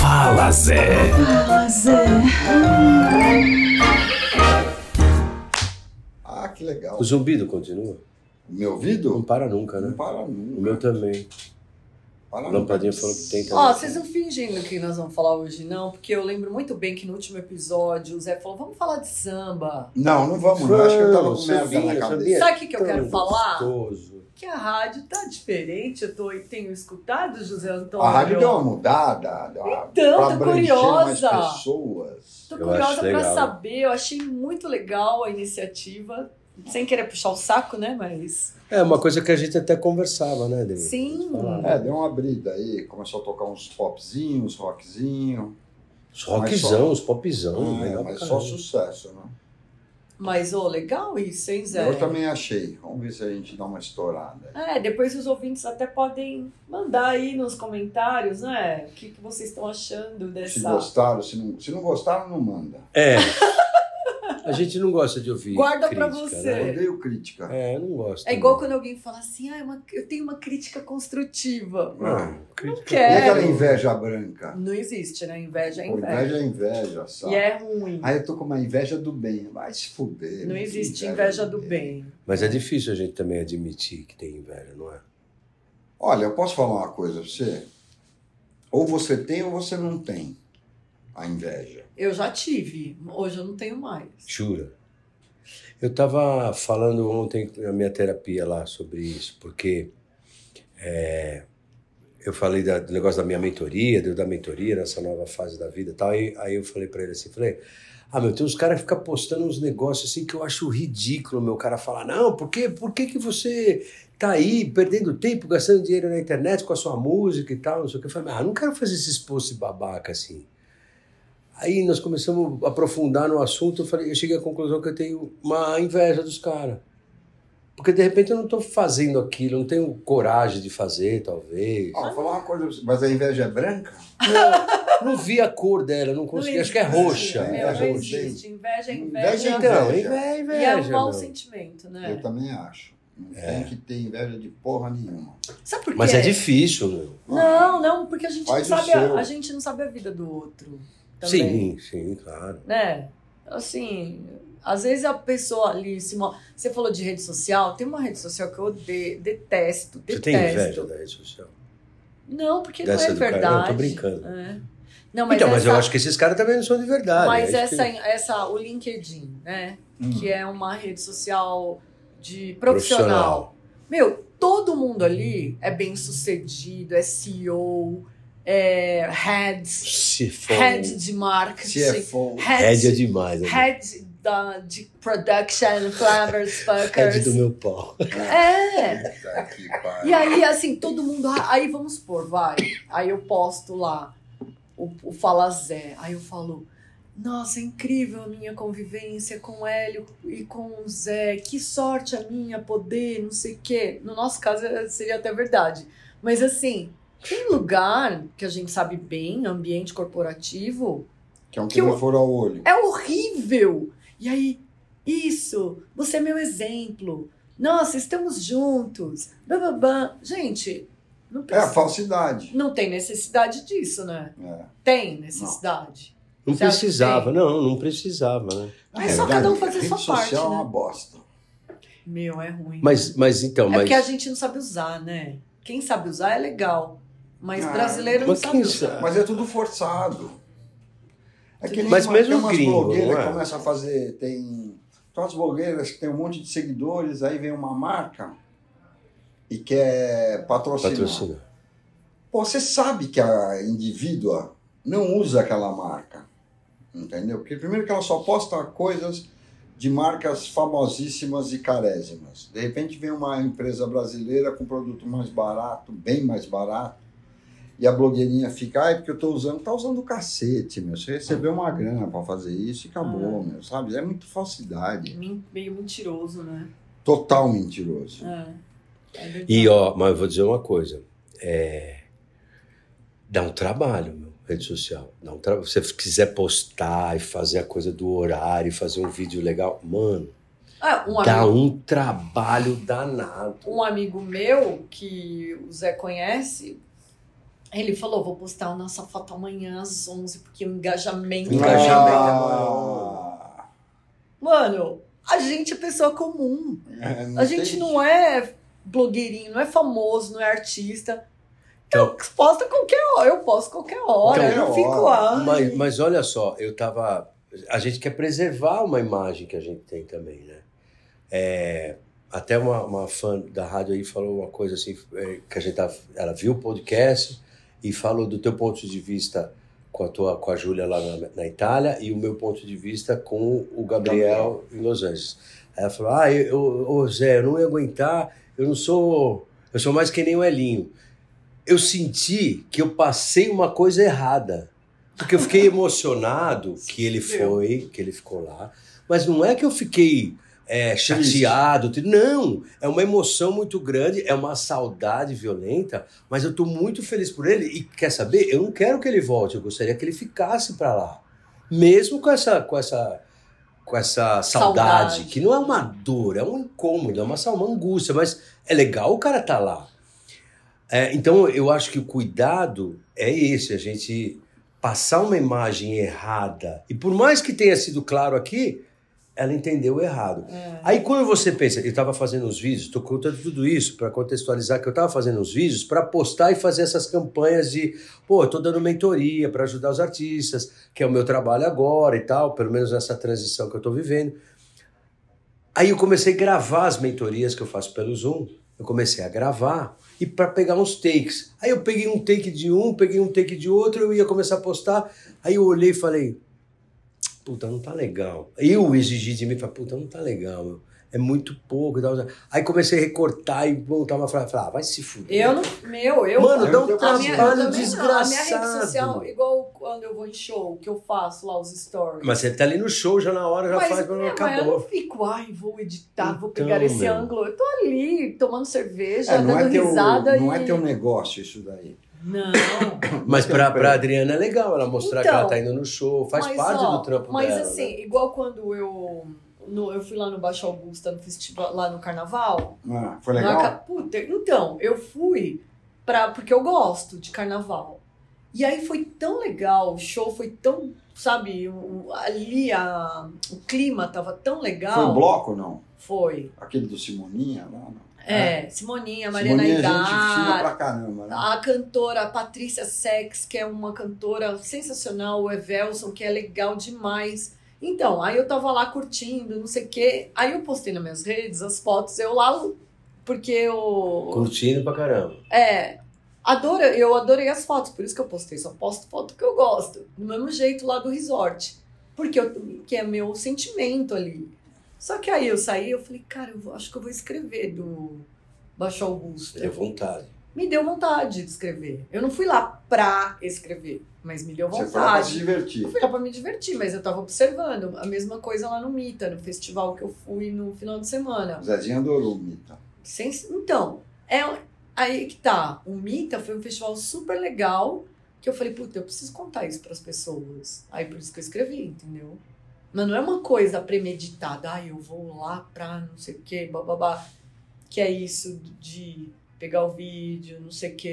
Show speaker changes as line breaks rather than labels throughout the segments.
Fala Zé.
Ah, que legal.
O zumbido continua?
Meu
Não
ouvido?
para nunca,
Não
né?
para
O meu
nunca.
também.
Para
A
nunca.
lampadinha falou que tem né? também.
Ó, vocês não fingem do que nós vamos falar hoje, não, porque eu lembro muito bem que no último episódio o Zé falou: vamos falar de samba.
Não, não vamos. Não. Acho que eu tava com merda na cabeça.
Sabe o que que eu quero falar?
Gostoso.
Que a rádio tá diferente, eu tô, tenho escutado, José Antônio.
A rádio deu um- uma mudada. deu uma-
Então,
pra
tô
abranger mais
curiosa.
pessoas.
Tô
Eu
curiosa
acho
pra
legal.
saber, eu achei muito legal a iniciativa. Sem querer puxar o saco, né? Mas.
É uma coisa que a gente até conversava, né, David?
Sim.
Falar, né?
É, deu uma abrida aí. Começou a tocar uns popzinhos, uns rockzinhos.
Os rockzão, os popzão. né?
Ah,
legal
mas
pra
só
caramba.
sucesso, né?
Mas, ô, legal isso, hein, Zé?
Eu também achei. Vamos ver se a gente dá uma estourada.
É, depois os ouvintes até podem mandar aí nos comentários, né? O que, que vocês estão achando
Se
dessa.
gostaram, se não, se não gostaram, não manda.
É. A gente não gosta de ouvir.
Guarda pra
crítica,
você.
Eu
né?
odeio crítica.
É, eu não gosto.
É igual
também.
quando alguém fala assim, ah, é uma- eu tenho uma crítica construtiva.
Ah,
Crítica-
E aquela
quero.
inveja branca?
Não existe, né? Inveja é
Pô,
inveja.
é inveja, sabe?
E é ruim.
Ah, eu tô com uma inveja do bem. Vai se fuder. é
Não
que
existe inveja do bem.
Mas é difícil a gente também admitir que tem inveja, não é?
Olha, eu posso falar uma coisa pra você? Ou você tem ou você não tem a inveja.
Eu já tive, hoje eu não tenho mais.
Jura? Eu estava falando ontem na minha terapia lá sobre isso, porque é, eu falei da- do negócio da minha mentoria, deu da mentoria nessa nova fase da vida e tal. Aí, aí eu falei para ele assim, falei, ah, meu, tem uns caras que ficam postando uns negócios assim que eu acho ridículo, meu o cara falar, não, por, quê? por que, que você tá aí perdendo tempo, gastando dinheiro na internet com a sua música e tal, não sei o que. Eu falei, ah, não quero fazer esses posts babaca assim. Aí nós começamos a aprofundar no assunto, eu, falei, eu cheguei à conclusão que eu tenho uma inveja dos caras. Porque de repente eu não estou fazendo aquilo, eu não tenho coragem de fazer, talvez.
Ó, vou falar uma coisa pra você. Mas a inveja é branca?
Não vi a cor dela, não consegui.
Não
Acho que é
existe,
roxa.
meu,
né?
É,
não
roxa.
existe. Inveja é inveja.
Inveja é
Então,
Inveja.
inveja,
E é um
inveja.
mau
meu.
sentimento, né?
Eu também acho. Não tem que ter inveja de porra nenhuma.
Sabe por quê?
Mas é difícil, meu.
Não, não, porque a gente não,
Faz o
sabe a,
seu.
a gente não sabe a vida do outro.
Sim,
Também.
sim, claro.
né? Assim, às vezes a pessoa ali se mo- Você falou de rede social, tem uma rede social que eu de- detesto, detesto.
Você tem inveja da rede social?
Não, porque
Dessa
não é
do cara?
verdade.
Não, tô brincando.
É. Não, mas
então,
essa,
mas eu acho que esses caras também não são de verdade.
mas
é isso que-
essa, essa, o LinkedIn, né?
Hum.
Que é uma rede social de profissional. Meu, todo mundo ali é bem sucedido, é CEO, é head,
Se for. um
head de
Se
marketing,
é fogo.
Head é
head
demais. né?
head da, de production, Flavors,
Head
Fuckers.
do meu pau.
É!
Puta que pariu.
E aí, assim, todo mundo. Aí vamos supor, vai. Aí eu posto lá o, o Fala Zé. Aí eu falo. Nossa, é incrível a minha convivência com o Hélio e com o Zé. Que sorte a minha poder, não sei o quê. No nosso caso eh, seria até verdade. Mas assim, tem lugar que a gente sabe bem, ambiente corporativo,
Que é um
que
que
eu-
não for ao olho.
é horrível. E aí, isso, você é meu exemplo. Nossa, estamos juntos. Bã, bã, bã. Gente, não,
É a
precisa,
falsidade.
não tem necessidade disso, né?
É.
Tem necessidade.
Não
Você acha que
precisava, não, não precisava, né?
Na
Mas só cada um
realidade,
fazer a
É rede
sua parte,
social é uma
né?
bosta.
Meu, é ruim.
Mas, mas então,
é
mas.
porque a gente não sabe usar, né? Quem sabe usar é legal. Mas
Ah,
brasileiro não
mas
sabe
quem
usar.
sabe?
Mas é tudo forçado. É que nem
Mas
uma,
mesmo
tem umas
gringo,
blogueiras
não é?
que começam a fazer. Tem, tem umas blogueiras que tem um monte de seguidores, aí vem uma marca e quer patrocinar.
Patrocínio.
Pô, você sabe que a indivídua não usa aquela marca. Entendeu? Porque primeiro que ela só posta coisas de marcas famosíssimas e carésimas. De repente vem uma empresa brasileira com produto mais barato, bem mais barato, e a blogueirinha fica, ai, porque eu tô usando, tá usando o cacete, meu. Você recebeu uma grana para fazer isso e acabou, meu, sabe? É muito falsidade.
Min- Meio mentiroso, né?
Total mentiroso.
É verdade.
E ó, mas eu vou dizer uma coisa. é, Dá um trabalho, meu, rede social. Dá um trabalho. Se você quiser postar e fazer a coisa do horário, fazer um vídeo legal, mano,
Ah, um
dá
amigo
um trabalho danado.
um amigo meu que o Zé conhece, Ele falou, vou postar a nossa foto amanhã às 11, porque o engajamento...
Engajamento é
maior.
Mano, a gente é pessoa comum. A gente não é blogueirinho, não é famoso, não é artista. Eu
Então
posto qualquer hora, eu posto qualquer hora,
Então,
eu não fico
hora.
lá.
Mas, mas olha só, eu tava. A gente quer preservar uma imagem que a gente tem também, né? É, até uma, uma fã da rádio aí falou uma coisa assim, é, que a gente tava, ela viu o podcast e falou do teu ponto de vista com a tua com a Júlia lá na, na Itália e o meu ponto de vista com o Gabriel, em Los Angeles. Aí ela falou: "Ah, eu, eu ô, Zé, eu não ia aguentar, eu não sou, eu sou mais que nem o Elinho. Eu senti que eu passei uma coisa errada. Porque eu fiquei emocionado que ele foi, que ele ficou lá. Mas não é que eu fiquei é, chateado. tri- Não, é uma emoção muito grande, é uma saudade violenta, mas eu tô muito feliz por ele. E quer saber? Eu não quero que ele volte, eu gostaria que ele ficasse para lá. Mesmo com essa, com essa, com essa saudade,
Saudade.
que não é uma dor, é um incômodo, é uma, sa- uma angústia, mas é legal o cara tá lá. É, então eu acho que o cuidado é esse, a gente passar uma imagem errada. E por mais que tenha sido claro aqui, ela entendeu errado.
É.
Aí quando você pensa, eu estava fazendo uns vídeos, estou contando tudo isso para contextualizar que eu estava fazendo uns vídeos para postar e fazer essas campanhas de, pô, eu estou dando mentoria para ajudar os artistas, que é o meu trabalho agora e tal, pelo menos nessa transição que eu estou vivendo. Aí eu comecei a gravar as mentorias que eu faço pelo Zoom. Eu comecei a gravar e para pegar uns takes. Aí eu peguei um take de um, peguei um take de outro, eu ia começar a postar. Aí eu olhei e falei, puta, não tá legal. Eu exigi de mim, falei, puta, não tá legal, meu. é muito pouco. e tal. Aí comecei a recortar e montar uma frase, falei, ah, vai se fuder.
Eu não. Meu, eu.
Mano, dá um
eu
a
trabalho
minha, eu
trabalho
também não. A minha rede social,
desgraçado.
igual quando eu vou em show, que eu faço lá os stories.
Mas você tá ali no show, já na hora, já
Mas,
faz, mas,
é, mas eu não
acabou.
fico, ai, vou editar, vou
Então,
pegar esse
meu.
ângulo. Eu tô ali tomando cerveja,
É, não,
dando
é teu,
risada
não
e.
é teu negócio isso daí.
Não.
Mas pra, pra Adriana é legal ela mostrar que
Então,
ela tá indo no show, faz
Mas,
parte
ó,
do trampo
Mas
dela.
assim,
né?
igual quando eu. No, eu fui lá no Baixo Augusta, no festival, lá no carnaval.
Ah, foi
Na
legal?
ca- Puta, então, eu fui pra, porque eu gosto de carnaval. E aí foi tão legal, o show foi tão, sabe, o- ali a, o clima tava tão legal.
Foi um bloco, não?
Foi.
Aquele do Simoninha lá, não?
É, Simoninha, Mariana
Simoninha, é gente fina
Idar,
pra caramba, né?
a cantora Patrícia Sex, que é uma cantora sensacional, o Evelson, que é legal demais. Então, aí eu tava lá curtindo, não sei o quê. Aí eu postei nas minhas redes as fotos, eu lá, porque eu.
Curtindo pra caramba.
É. Adoro, eu adorei as fotos, por isso que eu postei. Só posto foto que eu gosto. Do mesmo jeito lá do resort. Porque eu, que é meu sentimento ali. Só que aí eu saí eu falei, cara, eu vou- acho que eu vou escrever do Baixo Augusto.
Deu vontade.
Me deu vontade de escrever. Eu não fui lá pra escrever, mas me deu
Você foi lá pra
vontade.
se divertir.
Eu fui lá pra me divertir, mas eu tava observando. A mesma coisa lá no Mita, no festival que eu fui no final de semana.
Zezinho adorou o Mita.
Sem- então, é aí que tá. O Mita foi um festival super legal que eu falei, puta, eu preciso contar isso pras pessoas. Aí por isso que eu escrevi, entendeu? Mas não é uma coisa premeditada, ah, eu vou lá pra não sei o que, bababá. Que é isso de pegar o vídeo, não sei o que,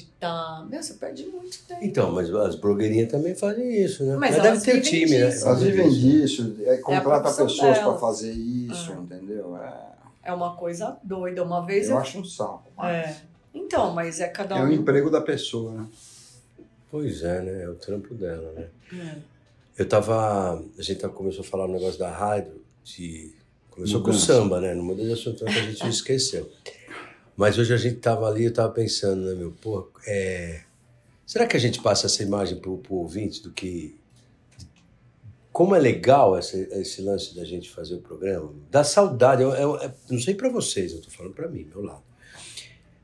editar. Meu, você perde muito tempo.
Então, mas as blogueirinhas também fazem isso, né?
Mas
Mas, deve
elas
ter o
vivem
time, né?
disso.
Elas vivem disso, é, contrata
profissão
pessoas pra
delas.
fazer isso,
Ah.
entendeu? É,
É uma coisa doida. Uma vez
eu
eu.
acho um saco.
É.
mas
Então, mas é cada
É o
um.
emprego da pessoa, né?
Pois é, né? É o trampo dela, né?
É.
Eu tava. A gente tava- começou a falar um negócio da rádio, de. Começou
Mudança.
com o samba, né? Não mudou de assunto, tanto que a gente não esqueceu. Mas hoje a gente tava ali, eu tava pensando, né, meu? Pô, é. Será que a gente passa essa imagem pro, pro ouvinte do que. Como é legal esse, esse lance da gente fazer o programa? Dá saudade, eu, eu- eu- não sei pra vocês, eu tô falando pra mim, meu lado.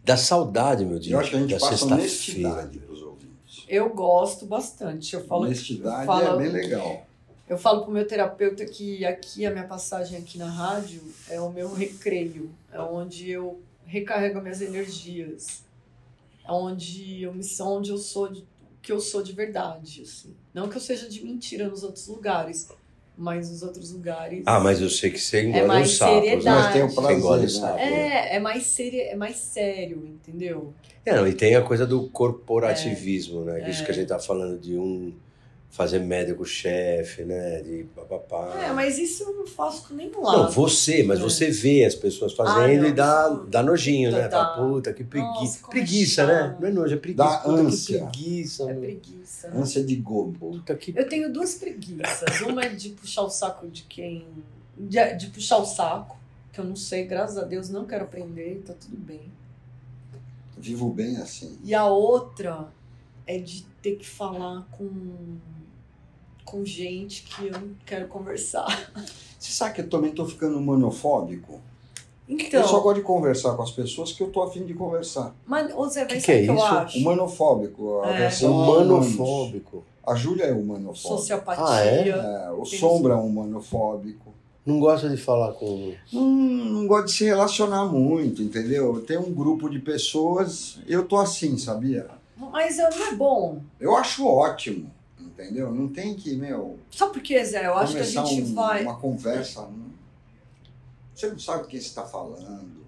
Dá saudade, meu dia.
eu acho que a gente
da
passa
sexta-feira.
honestidade pros ouvintes.
Eu gosto bastante. Eu falo
honestidade
falo-
é bem legal.
Eu falo pro meu terapeuta que aqui a minha passagem aqui na rádio é o meu recreio, é onde eu recarrego minhas energias, é onde eu me sou onde eu sou de- o que eu sou de verdade, assim. Não que eu seja de mentira nos outros lugares, Mas nos outros lugares.
Ah, mas eu sei que você engole
É mais
os sapos, né?
seriedade.
Mas tem o
Você
prazer.
engole
né?
sapo.
É, é mais, sério, é mais sério, entendeu?
É, não, e tem a coisa do corporativismo,
É,
né? Isso que a gente tá falando de um fazer médico-chefe, né? De papapá.
É, mas isso eu não faço com nenhum lado.
Não, você, mas
É.
você vê as pessoas fazendo
Ah,
e dá,
não.
dá nojinho, né?
Total.
Fala, puta, que pregui...
Nossa, como
preguiça,
é chato.
né? Não é nojo, é preguiça.
Dá
puta,
ânsia.
que
É
preguiça.
É
meu.
preguiça.
Ânsia de gobo.
Puta, que...
Eu tenho duas preguiças. Uma é de puxar o saco de quem. De, de puxar o saco, que eu não sei, graças a Deus, não quero aprender, tá tudo bem.
Vivo bem assim.
E a outra é de ter que falar com. com gente que eu não quero conversar.
Você sabe que eu também tô ficando monofóbico?
Então,
Eu só gosto de conversar com as pessoas que eu tô afim de conversar.
mas, ô Zé,
Que
mas
que é
sabe o que, eu
isso?
acho?
Humanofóbico. A
É.
versão humanos.
Humanofóbico.
A Júlia é humanofóbica.
Sociopatia.
Ah, é?
É, o Sombra é humanofóbico.
Não gosta de falar com... um.
Hum, não gosto de se relacionar muito, entendeu? Tem um grupo de pessoas, eu tô assim, sabia?
Mas eu- não é bom.
Eu acho ótimo, entendeu? Não tem que, meu,
Sabe por quê, Zé? Eu acho que a
começar
gente
um-
vai.
uma conversa. hum. Você não sabe o que você está falando.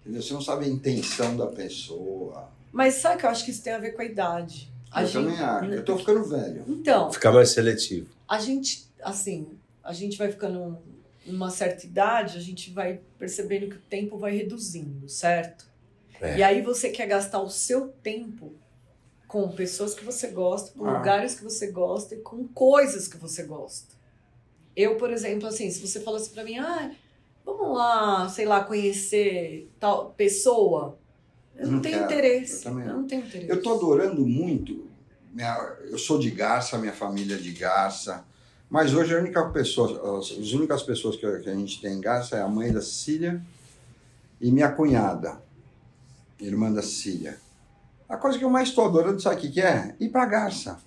Entendeu? Você não sabe a intenção da pessoa.
Mas sabe que eu acho que isso tem a ver com a idade. A
eu
gente...
também acho. Eu tô ficando velho.
Então,
Ficar mais seletivo.
a gente, assim, a gente vai ficando numa certa idade, a gente vai percebendo que o tempo vai reduzindo, certo?
É.
E aí você quer gastar o seu tempo com pessoas que você gosta, com
Ah.
lugares que você gosta e com coisas que você gosta. Eu, por exemplo, assim, se você falasse pra mim, ah, vamos lá, sei lá, conhecer tal pessoa, eu não,
Não
tenho
quero, eu
interesse. Eu,
também não.
não tenho interesse.
Eu tô adorando muito. minha- eu sou de Garça, minha família é de Garça. Mas hoje a única pessoa, as, as únicas pessoas que, que a gente tem em Garça é a mãe da Cecília e minha cunhada, irmã da Cecília. A coisa que eu mais estou adorando, sabe o que, que é? Ir para Garça.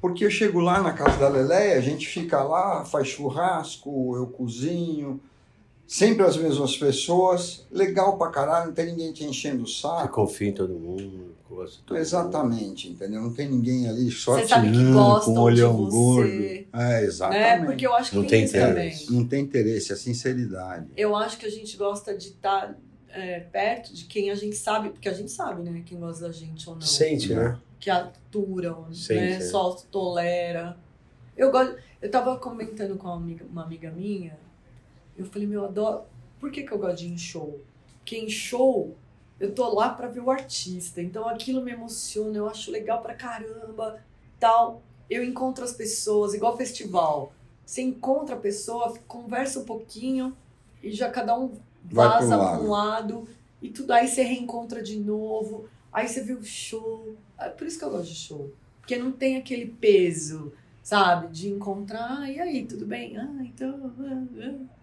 Porque eu chego lá na casa da Leleia, a gente fica lá, faz churrasco, eu cozinho, sempre as mesmas pessoas, legal pra caralho, não tem ninguém te enchendo o saco.
Você confia em todo mundo, gosta de todo mundo.
Ah. Então, Exatamente, entendeu? Não tem ninguém ali só
Você sabe que
tirando,
gostam
com
é
olhão
um
de você.
gordo. É,
né?
exatamente.
Porque eu acho que
Não
tem
tem
isso
interesse.
também.
Não tem interesse, é sinceridade.
Eu acho que a gente gosta de estar perto de quem a gente sabe, porque a gente sabe, né? Quem gosta da gente ou não.
Sente, né?
Que aturam,
Sim,
né?
sim.
Só tolera. Eu gosto. Eu tava comentando com uma amiga, uma amiga minha, eu falei, meu, eu adoro. Por que, que eu gosto de ir em show? Porque em show eu tô lá pra ver o artista. Então aquilo me emociona, eu acho legal pra caramba, tal. Eu encontro as pessoas, igual festival. Você encontra a pessoa, conversa um pouquinho e já cada um
Vai pra
vaza
um
pra
lado.
um lado e tudo. Aí você reencontra de novo, aí você vê o show. É por isso que eu gosto de show. Porque não tem aquele peso, sabe? De encontrar, "Ah, e aí, tudo bem? Ah, então. ah, ah."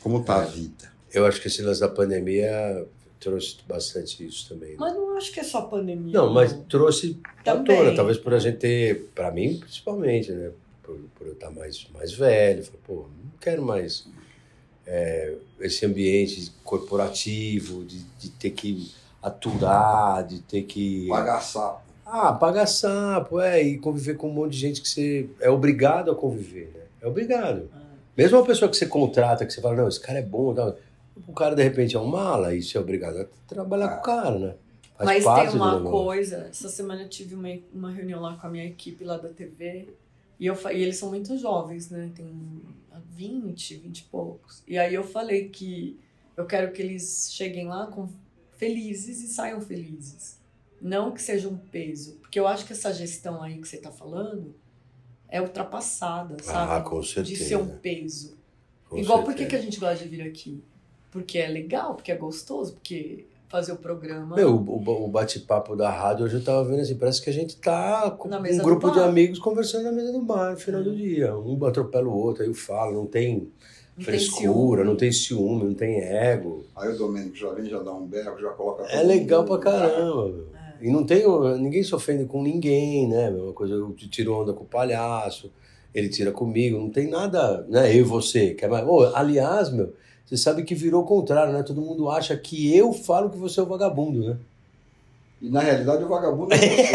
Como tá a
É.
vida?
Eu acho que esse lance da pandemia trouxe bastante isso também. né?
Mas não acho que é só pandemia.
Não, mas trouxe à
Também.
tona, talvez por a gente ter, pra mim principalmente, né? Por, por eu estar mais, mais velho, falei, pô, não quero mais é, esse ambiente corporativo, de, de ter que aturar, de ter que.
Pagar sapo.
Ah, pagar sapo, é, e conviver com um monte de gente que você é obrigado a conviver, né? É obrigado.
Ah,
Mesmo uma pessoa que você contrata, que você fala, não, esse cara é bom, tal. o cara de repente é um mala, e você é obrigado a trabalhar com o cara, né?
Mas tem
do
uma
negócio.
coisa, essa semana eu tive uma, uma reunião lá com a minha equipe lá da TV, e, eu, fa- e eles são muito jovens, né? Tem 20, 20 e poucos. E aí eu falei que eu quero que eles cheguem lá com felizes e saiam felizes. Não que seja um peso. Porque eu acho que essa gestão aí que você tá falando é ultrapassada, sabe?
Ah, com certeza.
de ser um peso.
com
Igual por que
certeza.
que a gente gosta de vir aqui? Porque é legal, porque é gostoso, porque fazer o programa.
Meu, o, o- o bate-papo da rádio hoje eu tava vendo assim, parece que a gente tá com
Na
um
mesa do
grupo
bar.
de amigos conversando na mesa do bar no final
É.
do dia. Um atropela o outro, aí eu falo, não tem
não tem
frescura,
ciúme.
não tem ciúme, não tem ego.
Aí o Domênico já vem, já dá um berro, já coloca.
É
todo
legal pra
mundo.
caramba, meu.
Hum. É.
E não tem. Ninguém se ofende com ninguém, né? meu? Uma coisa, eu tiro onda com o palhaço, ele tira comigo, não tem nada, né? Eu e você. Que é mais... Ô, aliás, meu, você sabe que virou o contrário, né? Todo mundo acha que eu falo que você é o vagabundo, né?
E na realidade o vagabundo é você.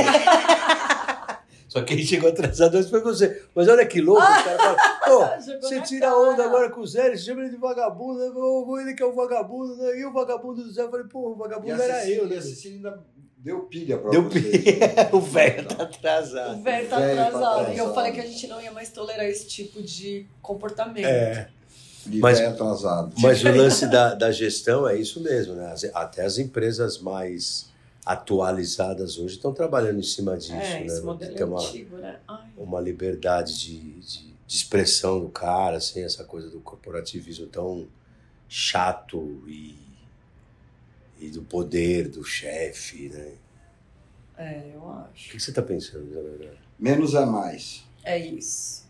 Só quem chegou atrasado hoje foi você. Mas olha que louco, o cara fala, pô,
Ah, Jogou
você
na
tira
cara.
onda agora com o Zé, ele chama ele de vagabundo, né? Ô, ô, ele que é o vagabundo, né? E o vagabundo do Zé, eu falei, pô, o
E a
vagabundo era
Cecília,
eu, né?
a Cecília ainda deu pilha pra
Deu
vocês. né?
pilha. O velho tá atrasado.
O velho tá
Velho tá
atrasado. E eu
atrasado.
falei que a gente não ia mais tolerar esse tipo de comportamento.
É.
De
Mas-
pé atrasado.
Mas o lance da, da gestão é isso mesmo, né? As- até as empresas mais atualizadas hoje estão trabalhando em cima disso,
É,
né?
esse
De
modelo
ter
é
uma,
antigo, né? Ai,
uma liberdade de, de, de expressão do cara, sem essa coisa do corporativismo tão chato e, e do poder do chefe, né?
é, eu
O
acho.
que que você tá pensando, Isabela?
Menos é mais.
É isso.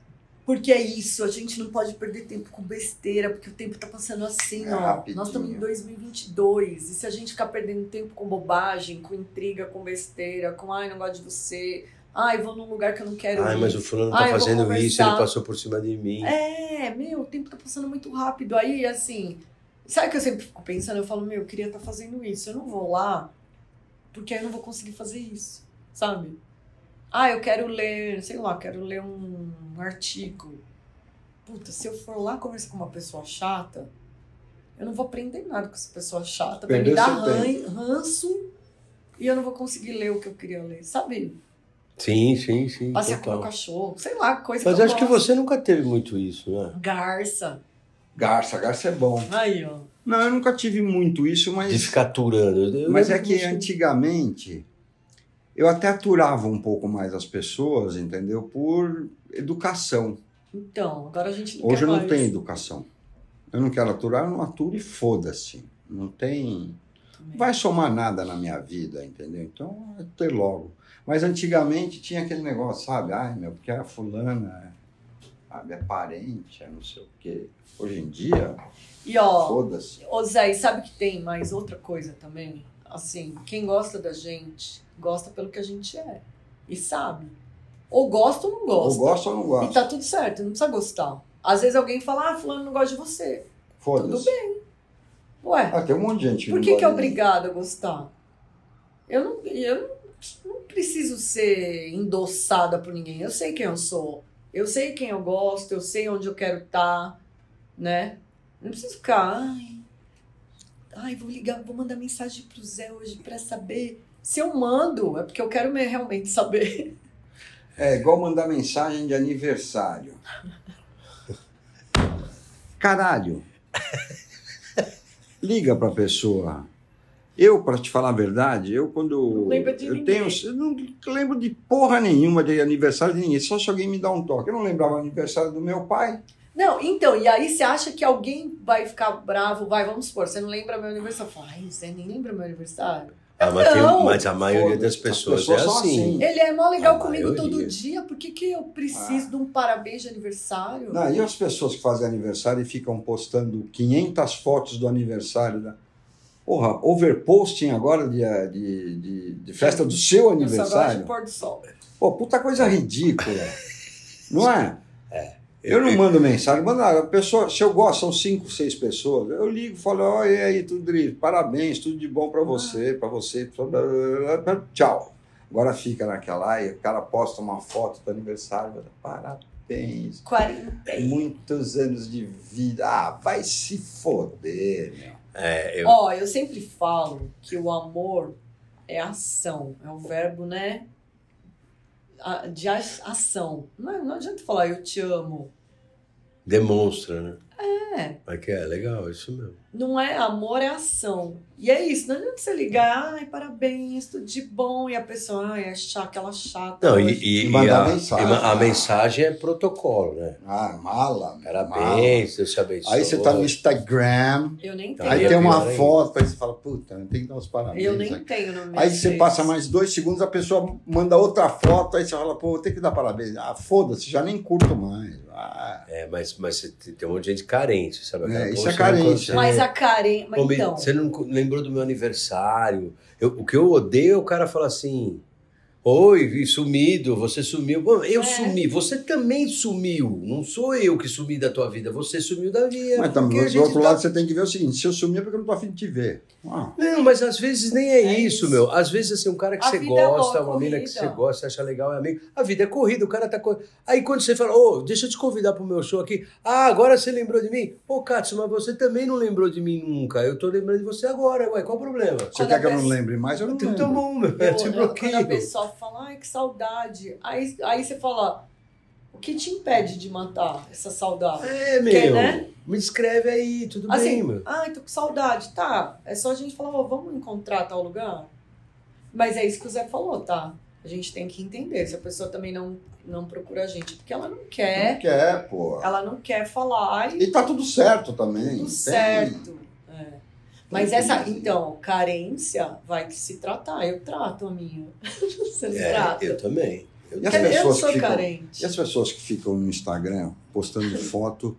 Porque é isso, a gente não pode perder tempo com besteira, porque o tempo tá passando assim,
É
ó.
rapidinho.
Nós estamos em 2022, e se a gente ficar perdendo tempo com bobagem, com intriga, com besteira, com ai, não gosto de você, ai, vou num lugar que eu não quero
Ai,
ir.
mas o fulano
Ah,
tá
eu vou
fazendo isso, ele
conversar.
passou por cima de mim.
É, meu, o tempo tá passando muito rápido. Aí, assim, sabe o que eu sempre fico pensando? Eu falo, meu, eu queria estar fazendo isso. Eu não vou lá, porque aí eu não vou conseguir fazer isso, sabe? Ah, eu quero ler, sei lá, quero ler um artigo. Puta, se eu for lá conversar com uma pessoa chata, eu não vou aprender nada com essa pessoa chata. Vai me
Perdeu
dar
seu
ran- ranço e eu não vou conseguir ler o que eu queria ler, sabe?
Sim, sim, sim.
Passear com
total.
meu cachorro, sei lá, coisa
Mas
que eu
acho que
gosto.
você nunca teve muito isso, né?
Garça.
Garça, garça é bom.
Aí, ó.
Não, eu nunca tive muito isso,
de
mas,
ficar aturando. Eu-
mas
eu-
é que antigamente eu até aturava um pouco mais as pessoas, entendeu? Por educação.
Então, agora a gente não
Hoje
quer
eu não
mais.
tenho educação. Eu não quero aturar, eu não aturo e foda-se. Não tem.
Também.
vai somar nada na minha vida, entendeu? Então, é ter logo. Mas antigamente tinha aquele negócio, sabe? Ai, meu, porque a fulana sabe, é parente, é não sei o quê. Hoje em dia,
E ó,
foda-se.
ô Zé, e sabe que tem mais outra coisa também? Assim, quem gosta da gente, gosta pelo que a gente é. E sabe. Ou gosta ou não
Ou
gosta.
gosto ou não
E
gosto.
tá tudo certo, não precisa gostar. Às vezes alguém fala, ah, fulano não gosta de você. tudo
Foda-se.
Ué,
Ah, tem um monte de gente
por
não
que, que é
gosta de mim.
obrigado a gostar? Eu não, eu não, não preciso ser endossada por ninguém. Eu sei quem eu sou. Eu sei quem eu gosto, eu sei onde eu quero estar, né? Não preciso ficar. Ai, ai, vou ligar, vou mandar mensagem pro Zé hoje pra saber. Se eu mando, é porque eu quero me- realmente saber.
É igual mandar mensagem de aniversário. Caralho. Liga pra pessoa. Eu, pra te falar a verdade, eu quando.
Não lembra de
eu
ninguém.
tenho, eu não lembro de porra nenhuma de aniversário de ninguém, só se alguém me dá um toque. Eu não lembrava o aniversário do meu pai.
Não, então, e aí você acha que alguém vai ficar bravo, vai, vamos supor, você não lembra meu aniversário. Fala, ai, Zé nem lembra meu aniversário.
Ah, mas, tem-
Não!
mas a maioria
Foda-se,
das
as
pessoas,
pessoas
é
são
assim.
assim.
Ele é mó
A
legal comigo
maioria.
todo dia, por que, que eu preciso de um parabéns de aniversário?
Ah. Não, e as pessoas que fazem aniversário e ficam postando 500 fotos do aniversário da. Porra, overposting agora de, de, de- de festa do
eu só
seu
gosto de
aniversário.
pôr do sol.
Pô, puta coisa ridícula. Não é? Eu não mando mensagem, mando a pessoa, se eu gosto, são cinco, seis pessoas. Eu ligo, falo, ó, e aí, tudo de- parabéns, tudo de bom pra você,
Ah.
pra você, blá, blá, blá, blá, tchau. Agora fica naquela, e o cara posta uma foto do aniversário, fala, parabéns,
40.
muitos anos de vida, ah, vai se foder, meu.
É, eu-
Ó, eu sempre falo que o amor é ação, é um verbo, né? a- De a- ação. Não, é- não adianta falar eu te amo.
demonstra, né?
É.
Mas que é legal, isso mesmo.
Não é amor, é ação. E é isso, não adianta você ligar, ai, parabéns, tudo de bom, e a pessoa, ai, é chata, aquela chata.
Não, e,
hoje."
e-
E
e
mandar
a,
mensagem.
e ma- a mensagem é protocolo, né?
Ah, mala, meu, mala.
Parabéns, Deus te abençoe.
Aí você tá no Instagram,
Eu nem tenho.
Aí
Aí
é
tem uma
pior ainda.
foto, aí você fala, puta, tem que dar os parabéns.
Eu nem
aqui.
tenho no meu
Aí você
Face.
passa mais dois segundos, a pessoa manda outra foto, aí você fala, pô, tem que dar parabéns. Ah, foda-se, já nem curto mais. Ah,
É, mas, mas você tem tem um monte de gente carente, sabe? Aquela
É, isso
coisa,
é
você não
carência.
consegue-
Mas a Karen. Mas
Pô, me-
então.
Você não co- lembrou do meu aniversário. Eu- o que eu odeio é o cara falar assim: Oi, sumido, você sumiu. Bom, eu
É.
sumi, você também sumiu. Não sou eu que sumi da tua vida, você sumiu da
É,
minha.
Mas
porque a
também, do
gente
outro
tá-
lado, você tem que ver o seguinte: se eu sumir é porque eu não tô afim de te ver. Ah,
Não, mas às vezes nem é,
É
isso,
isso.
meu. Às vezes, assim, um cara que
A
você
vida é
gosta,
uma
uma mina que você
corrida.
gosta, você acha legal, é amigo. A vida é corrida, o cara tá. co- Aí quando você fala, ô, deixa eu te convidar pro meu show aqui. Ah, agora você lembrou de mim? Ô, Katsu, mas você também não lembrou de mim nunca. Eu tô lembrando de você agora, ué, qual o problema?
você
Quando
quer
a
que eu não
peça-
lembre mais? Eu não
Então tá
lembro.
bom, meu.
Hum. Eu-
Eu
tipo
te
eu-
bloqueio.
Quando a pessoa fala, ai, que saudade. Aí, aí você fala, o que te impede de matar essa saudade?
É, meu.
Quer, né?
Me escreve aí, tudo bem,
assim,
meu.
ai, tô com saudade. Tá, é só a gente falar, ó, vamos encontrar tal lugar? Mas é isso que o Zé falou, tá? A gente tem que entender. Se a pessoa também não, não procura a gente, porque ela não
Não
quer,
quer, pô.
ela não quer falar, ai,
E tá tudo certo também.
tudo
tem-
certo. É. Mas
tem
essa,
que-
então, carência vai que se tratar. Eu trato a minha. Você não
É,
trata.
eu também. Eu
E as
Eu
também.
pessoas
sou
ficam-
carente.
E as pessoas que ficam no Instagram postando foto.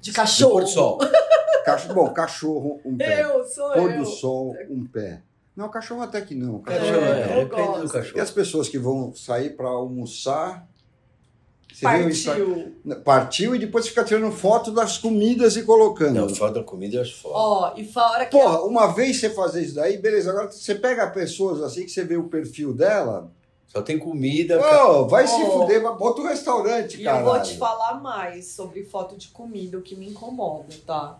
De
Do
cachorro.
pôr do sol.
É,
Cacho... Bom, cachorro, um pé.
Eu sou
Pôr
eu.
do sol, um pé. Não, cachorro até que não. Cachorro
Cachorro,
é,
é,
eu
depende do
gosto.
E
cachorro.
as pessoas que vão sair pra almoçar. Você vê o Insta-
Partiu.
Partiu e depois fica tirando foto das comidas e colocando.
Não, foda comida eu acho foda.
Ó, e fora que.
Porra, uma vez você fazer isso daí, beleza. Agora você pega pessoas assim que você vê o perfil dela.
Só tem comida. ca-
Ô, vai se
Oh.
fuder, vai- bota um restaurante,
E eu vou
cara.
te falar mais sobre foto de comida, o que me incomoda, tá?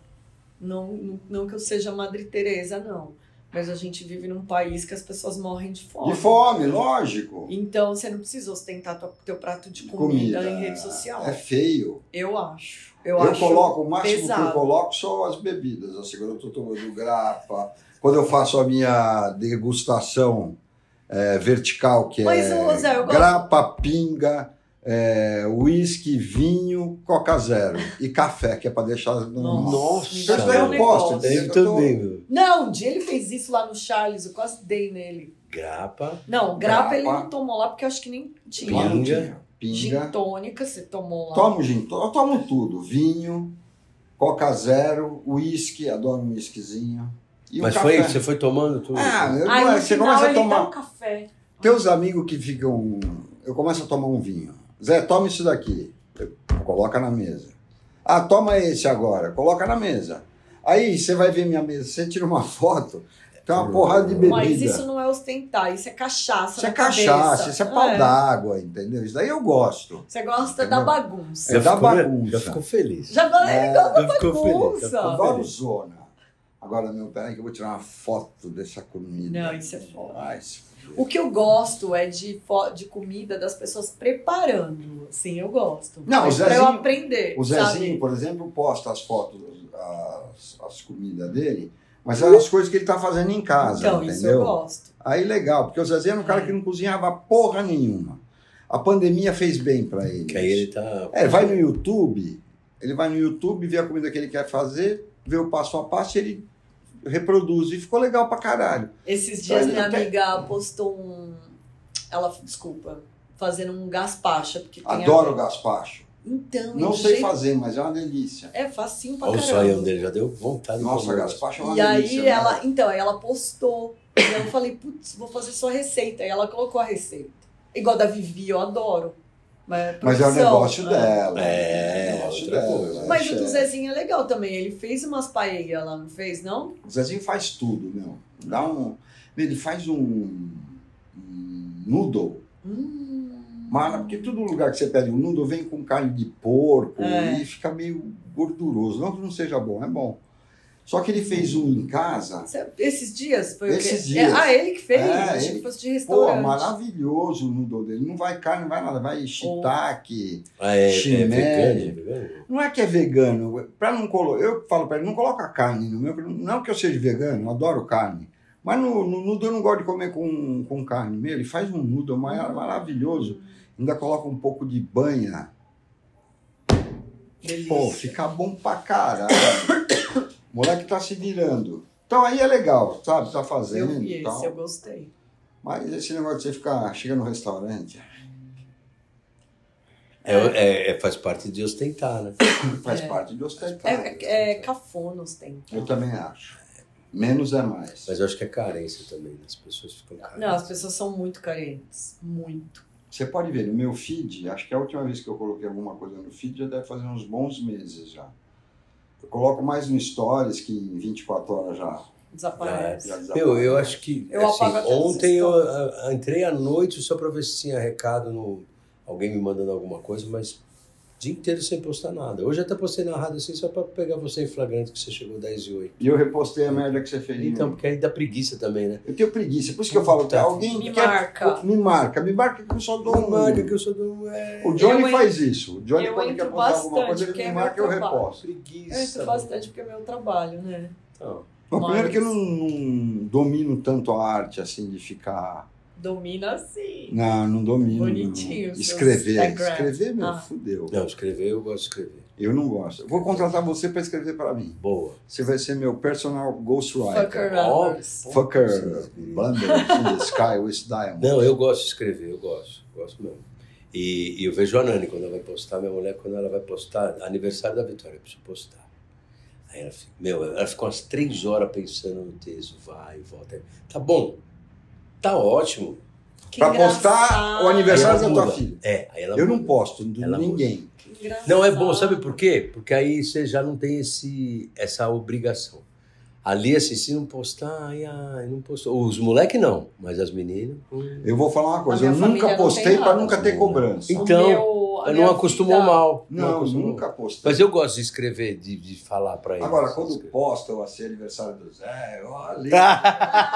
Não, não, não que eu seja Madre Teresa, não. Mas a gente vive num país que as pessoas morrem de fome.
De fome, lógico.
Então você não precisa ostentar tua, teu prato de comida,
Comida.
em rede social.
É feio.
Eu acho. Eu,
Eu,
acho.
coloco, o máximo que eu
pesado.
coloco são as bebidas. Assim, quando eu tô tomando grapa, quando eu faço a minha degustação é, vertical, que
Mas,
é
ô, Zé, eu gosto-
grapa, pinga, é, uísque, vinho, coca zero. E café, que é pra deixar.
Nossa.
me
Isso
dá
Isso
daí
um
eu
negócio.
gosto. Eu
Eu
tô-
também, meu.
Não, um dia ele fez isso lá no Charles, eu quase dei nele.
Grapa.
Não, grapa,
Grapa.
ele não tomou lá porque eu acho que nem
Lá
tinha.
não tinha.
Gin
Pinga.
tônica, você tomou lá.
Tomo gin, to- eu tomo tudo. Vinho, coca zero, uísque, adoro um uísquezinho. E um
Mas foi,
café.
você foi tomando tudo?
Ah, eu,
Aí no
você
final
começa a
ele
tomar.
dá um café.
Tem uns amigos que ficam. Eu começo a tomar um vinho. Zé, toma isso daqui. Eu- Coloca na mesa. Ah, toma esse agora. Coloca na mesa. Aí você vai ver minha mesa. Você tira uma foto, tem uma porrada de bebida.
Mas isso não é ostentar, isso é cachaça
isso é
na
cachaça,
cabeça. É.
isso é pau d'água, entendeu? Isso daí eu gosto.
Você gosta
Entendeu?
da bagunça.
É da
ficou-
bagunça.
Já ficou feliz.
Já falei,
É,
Ah, ele gosta
já ficou
da
feliz. já
bagunça.
Eu
ficou
adoro
feliz.
zona. Agora, meu, peraí que eu vou tirar uma foto dessa comida. Ah,
Não, isso é foda.
Ai, se fuder.
O que eu gosto é de, fo- de comida das pessoas preparando. Sim, eu gosto.
Não, o
Mas pra
Zezinho-
eu aprender.
O Zezinho,
sabe?
por exemplo, posta as fotos, as, as comidas dele, mas são as coisas que ele tá fazendo em casa,
Uhum. Então, isso eu
entendeu?
gosto. Uhum.
Aí legal, porque o Zezinho era um cara que não cozinhava porra nenhuma. A pandemia fez bem para ele.
Que aí ele tá.
um É, ele vai no YouTube, ele vai no YouTube, vê a comida que ele quer fazer, vê o passo a passo e ele reproduz. E ficou legal pra caralho.
Esses dias
Então,
minha
ele não tem-
amiga postou um. Ela, desculpa, fazendo um gaspacha. Porque tem
Adoro o
a...
gaspacho.
Então, e
Não
do
sei
jeito-
fazer, mas é uma delícia.
É facinho pra
Olha o
caramba.
sonhão dele, já deu vontade de
Nossa,
comer.
gaspacho é uma
E
delícia.
aí
né?
ela, então, aí ela postou. E eu falei, putz, vou fazer sua receita. E ela colocou a receita. Igual da Vivi, eu adoro. Mas, é
Mas é o
profissão,
negócio
né?
dela.
É,
o negócio
outra
dela.
coisa.
né,
Mas o do
chefe?
Zezinho é legal também. Ele fez umas paellas lá, não fez, não?
O Zezinho faz tudo, meu. Dá um. Ele faz um, um noodle.
Hum.
Mara, porque todo lugar que você pede um noodle vem com carne de porco
É.
e fica meio gorduroso. Não que não seja bom, é bom. Só que ele fez um em casa.
Cê- Esses dias foi o
Esses
quê?
dias.
É, ah, ele que fez?
É,
Achei
ele-
que fosse de
Pô,
restaurante.
maravilhoso o noodle dele. Não vai carne, não vai nada. Vai shiitake.
Ah, é, é
Chimé.
vegano, é vegano?
Não é que é vegano. Pra não colo... Eu falo pra ele, não coloca carne no meu. Não que eu seja vegano, eu adoro carne. Mas no, no nudo eu não gosto de comer com, com carne. Meu, ele faz um nudo
Uhum.
maior, maravilhoso. Ainda coloca um pouco de banha.
Delícia.
Pô, fica bom pra caralho. O moleque tá se virando. Então aí é legal, sabe? Tá fazendo
eu vi
e
esse,
tal.
eu gostei.
Mas esse negócio de você ficar... Chega no restaurante,
É, é, é, faz parte de ostentar, né?
faz
É.
parte de ostentar.
É, é, é cafona os tempos.
Eu também acho. Menos é mais.
Mas eu acho que é carência também, né? as pessoas ficam carentes.
Não, as pessoas são muito carentes. Muito.
Você pode ver, no meu feed, acho que é a última vez que eu coloquei alguma coisa no feed já deve fazer uns bons meses já. Eu coloco mais no Stories, que em 24 horas já,
Desaparece.
já desaparece.
Eu, eu acho que.
Eu
assim,
apago até as
ontem eu
histórias.
ah, entrei à noite só pra ver se tinha recado, no, alguém me mandando alguma coisa, mas o dia inteiro sem postar nada. Hoje até postei na rádio assim só pra pegar você em flagrante, que você chegou 10 e 8.
E eu repostei a merda que você fez. em
Então,
mim.
porque aí dá preguiça também, né?
Eu tenho preguiça, por isso que eu falo,
Tá.
alguém
Me
quer-
marca.
Me marca, me marca que eu só dou um.
Marca que eu sou do. É,
O Johnny
Eu
faz isso. O Johnny
eu
quando quer
entro
postar alguma
bastante,
coisa, ele
porque
me
é
marca e
meu
eu
trabalho.
reposto.
preguiça.
Eu entro
né?
bastante porque é meu trabalho, né?
Então,
Mas primeiro
Mas-
que eu não, não domino tanto a arte assim de ficar.
Domina assim. sim.
Não, não domino.
Bonitinho,
não.
seu
Escrever.
Instagram.
Escrever, meu,
Ah.
fudeu.
não, escrever eu gosto de escrever.
Eu não gosto. Vou contratar você para escrever para mim.
Boa.
Você vai ser meu personal
Fucker
ghostwriter.
Lovers.
Fucker. Bundle in the sky with diamond.
Não, eu gosto de escrever, eu gosto, gosto mesmo. E, e eu vejo a Nani quando ela vai postar, minha mulher, quando ela vai postar, aniversário da Vitória, eu preciso postar. Aí ela fica, meu, ela ficou umas três horas pensando no texto, vai, volta. Aí, Tá bom, tá ótimo.
Que
Para postar
engraçado.
o aniversário
Aí ela
da tua
muda.
filha.
É, aí ela
Eu não
muda.
posto de
Ela muda.
ninguém.
Que engraçado.
Não é bom, sabe por quê? Porque aí você já não tem esse, essa obrigação. Ali, assim, se não postar, ai, ai, não postou. Os moleques não, mas as meninas. hum.
Eu vou falar uma
A
coisa, eu
minha
nunca
família não
postei
tem
para
nada.
nunca ter cobrança.
O
Então,
meu- a
Eu
minha
não acostumou
vida-
mal.
Não, eu
acostumou mal.
nunca postei.
Mas eu gosto de escrever, de, de falar pra eles.
Agora, quando
Escrever.
posta eu assim, aniversário do Zé, olha.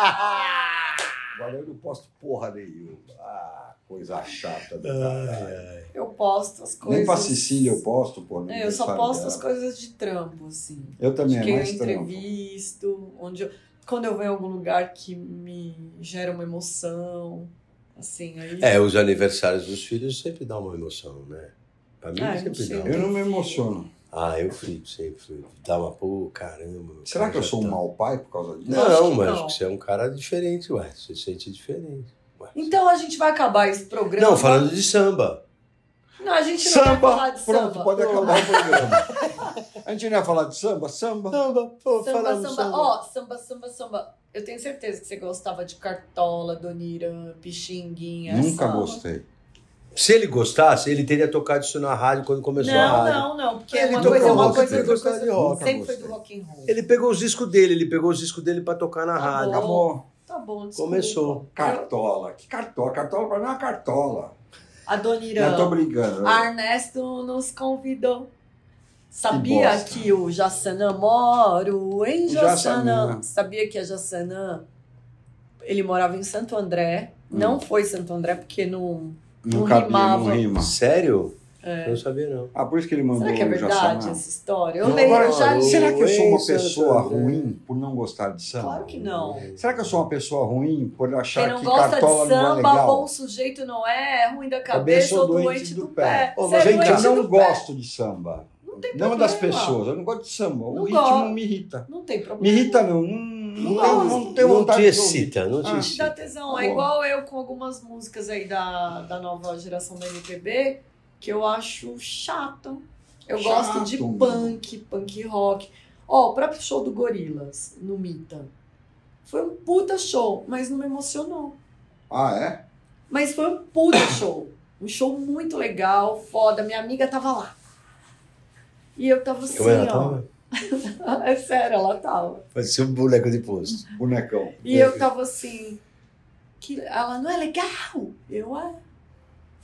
Ah,
Agora eu não posto porra nenhuma. Ah, coisa chata do caralho.
Ai, ai.
Eu posto as coisas.
Nem pra Cecília eu posto, pô. no
É, eu só
aniversário
posto
dela.
as coisas de trampo, assim.
Eu também, é
que eu
mais trampo.
entrevisto, onde eu, quando eu vou em algum lugar que me gera uma emoção, assim, aí...
É, os aniversários dos filhos sempre dá uma emoção, né? Pra mim
Ah, eu não
sempre
sei.
dá.
Eu
Uma...
não me emociono.
Ah, eu fico, sempre fico. Dá uma, pô, caramba. o
Será
cara
que eu
já
sou um
tá-
mau pai por causa disso?
Eu acho
Não,
que
mas
não.
você é um cara diferente, ué. Você se sente diferente. ué.
Então a gente vai acabar esse programa.
Não, falando de samba.
Não, a gente não vai falar
Samba!
de
Pronto,
samba.
pode acabar o programa. A gente não ia falar de samba? Samba?
Samba, pô,
Samba,
falando de
samba,
samba.
ó, samba, samba, samba. Eu tenho certeza que você gostava de Cartola, Doniran, Pixinguinha.
Nunca
samba.
gostei.
Se ele gostasse, ele teria tocado isso na rádio quando começou a
Não,
rádio.
não, não, porque
Ele
uma
tocou
coisa é uma
rock,
coisa,
ele
outra
gostava
coisa
de rock.
sempre
Nunca
foi do rock and roll.
Ele pegou os discos dele, ele pegou os discos dele pra tocar na
Tá
rádio.
bom.
Acabou.
Tá bom, desculpa.
Começou.
Cartola. Que cartola? Cartola pra mim é uma cartola.
A
Eu tô
Doniran.
brincando.
A Ernesto nos convidou.
Que
Sabia
bosta.
que, o Jassanã moro em
Jassanã.
Jassanã. Sabia que a Jassanã, ele morava em Santo André.
Hum.
Não foi Santo André, porque não...
Não
não
cabia, não
rimava.
rima.
Sério?
É.
Eu não sabia, não.
Ah, por isso que ele mandou
Será que é
o
verdade
Jaçanã.
essa história? Eu
Não,
leio, eu já
agora-
li.
Será que eu sou uma
Oi, Santo
pessoa
André.
ruim por não gostar de samba?
Claro que não.
Será que eu sou uma pessoa ruim por
Quem
achar
não
que
gosta
cartola
de
não é
samba,
legal?
bom sujeito não é, é ruim da cabeça ou doente, do, pé.
Ô,
Você
mas
é
vem cá,
Gente,
doente
eu não
do pé.
gosto de samba.
Não tem
Não
problema.
é das pessoas, eu não gosto de samba. O
Não
ritmo
gosto.
me irrita.
Não tem problema.
Me irrita não. Hum,
Não
Não, tenho-
gosto.
não tenho
não
vontade
te
de ouvir.
excita, não te
Ah.
Te dá
excita.
tesão. É
Boa.
igual eu com algumas músicas aí da, da nova geração da MPB que eu acho chato. Eu
Chato,
gosto de
meu.
punk, punk rock. Ó, o próprio show do Gorilas, no Mita. Foi um puta show, mas não me emocionou.
Ah, é?
Mas foi um puta show. Um show muito legal, foda. Minha amiga tava lá. E eu tava assim,
Como ela
ó.
tava?
é sério, ela tava.
Parecia um boneco de posto.
Bonecão.
E eu tava assim, que ela não é legal. Eu é.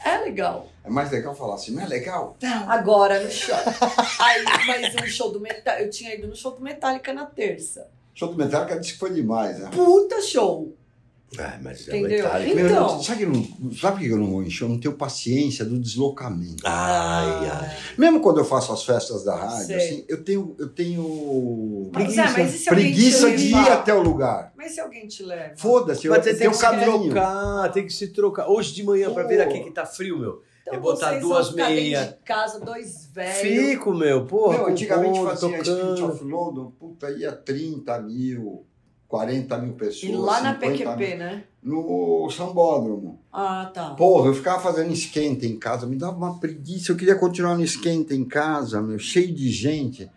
É legal.
É mais legal falar assim, não é legal?
Agora no show. Aí, mas no show do Metallica, eu tinha ido no show do Metallica na terça.
Show do Metallica disse que foi demais, né?
Puta show.
Ah, mas é
Entendeu?
metálico.
Meu,
Então.
sabe, que eu não- sabe por que eu não vou em show? Eu não tenho paciência do deslocamento.
Ai, ai.
Mesmo quando eu faço as festas da rádio,
Sei.
assim, eu tenho, eu tenho
Mas, é, mas e se alguém
preguiça
te
de
levar?
ir até o lugar.
Mas se alguém te leva?
Foda-se, eu
Mas você tem
tenho
que
um
se
caminho.
trocar, tem que se trocar. Hoje de manhã, pra vir
Pô.
aqui que tá frio, meu.
Então
É botar
vocês
duas
vão ficar dentro
meia.
de casa, dois velhos.
Fico, meu, porra.
Meu,
com
antigamente
bolo,
fazia Spirit
tocando.
of London, puta, ia 30 mil, 40 mil pessoas.
E lá na
50
PQP, né?
Mil, no Sambódromo.
Ah, tá.
Porra, eu ficava fazendo esquenta em casa, me dava uma preguiça, eu queria continuar no esquenta em casa, meu, cheio de gente.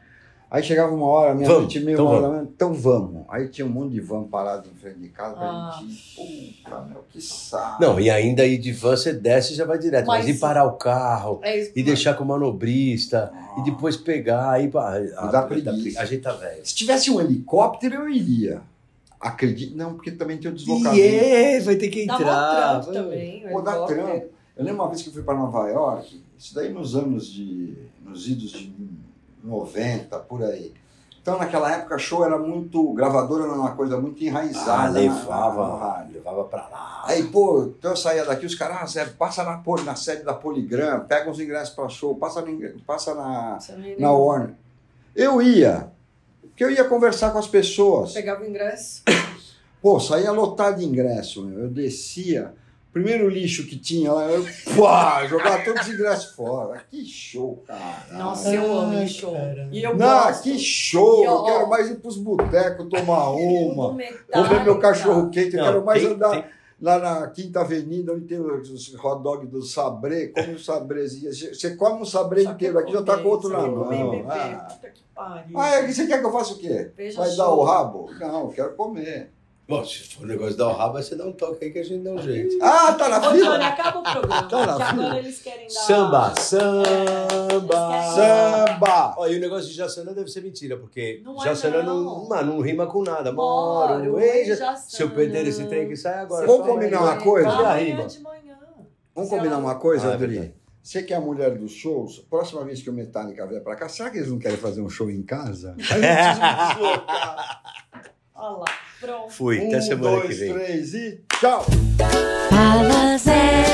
Aí chegava uma hora, minha
Vamos,
noite meia
então
uma hora,
vamos.
da manhã, então vamos. Aí tinha um monte de van parado em frente de casa pra
Ah.
gente ir. Puta, meu, que saco.
Não, e ainda ir de van, você desce e já vai direto. Mas,
Mas-
ir parar o carro,
É isso.
e deixar com o manobrista, e depois pegar, e... pá, A,
dá preguiça.
a gente tá velho.
Se tivesse um helicóptero, eu iria. Acredito, não, porque também tem o deslocamento.
E é, vai ter que
Dá mó
entrar.
trampo também.
Pô,
o
dá
helicóptero.
trampo. Eu lembro uma vez que eu fui para Nova York, isso daí nos anos de. nos idos de 90, por aí. Então naquela época show era muito. gravadora era uma coisa muito
Ah,
enraizada. na- no
levava,
rádio.
levava pra lá.
Aí, pô, então eu saía daqui, os caras, ah, Zé, passa na, Poli- na sede da Poligram, pega uns ingressos para show, passa, no ingre- passa na,
Você não ia
na Warner. Eu ia, porque eu ia conversar com as pessoas.
Pegava o ingresso.
Ah, Pô, saía lotado de ingresso, meu. Eu descia, primeiro lixo que tinha lá, eu pá, jogava todos os ingressos fora. Que show, cara.
Nossa, eu amo
Ai,
esse show.
cara.
E eu
Não,
gosto.
que show!
E, ó,
Eu quero mais ir pros botecos tomar uma. Comer meu cachorro quente, eu
Não,
quero mais
tem-
andar
tem-
lá na Quinta Avenida, onde tem os hot dog do Sabré, come um sabrezinho. Você você come um sabré inteiro aqui, já tá com outro na mão. Ah, Ah, é, você quer que eu faça o quê? Vai dar
um.
o rabo? Não, eu quero comer.
Bom, se for um negócio da rabo, aí você dá um toque aí que a gente dá um jeito.
Ah, tá na
Ô,
fila?
Johnny, acaba o programa.
Tá na
que
fila.
agora eles querem dar.
Samba, samba,
Samba!
Ó, e o negócio de Jaçanã deve ser mentira, porque
Não é
Jaçanã não.
não.
mano, não rima com nada. Moro,
Moro,
ei,
ei,
Ja-
Jaçanã.
Se eu perder esse trem que sai agora.
Vamos
só
combinar
aí.
uma coisa?
Cadê a
Amanhã
rima?
de manhã.
Vamos
Sei
combinar
lá.
uma coisa,
Ah, é
Adri?
verdade.
Você que é a mulher dos shows, próxima vez que o Metallica vier pra cá, será que eles não querem fazer um show em casa? A gente se desloca.
Olha lá, pronto.
Fui,
um,
até semana
dois,
que vem.
três e tchau!
Fala Zé.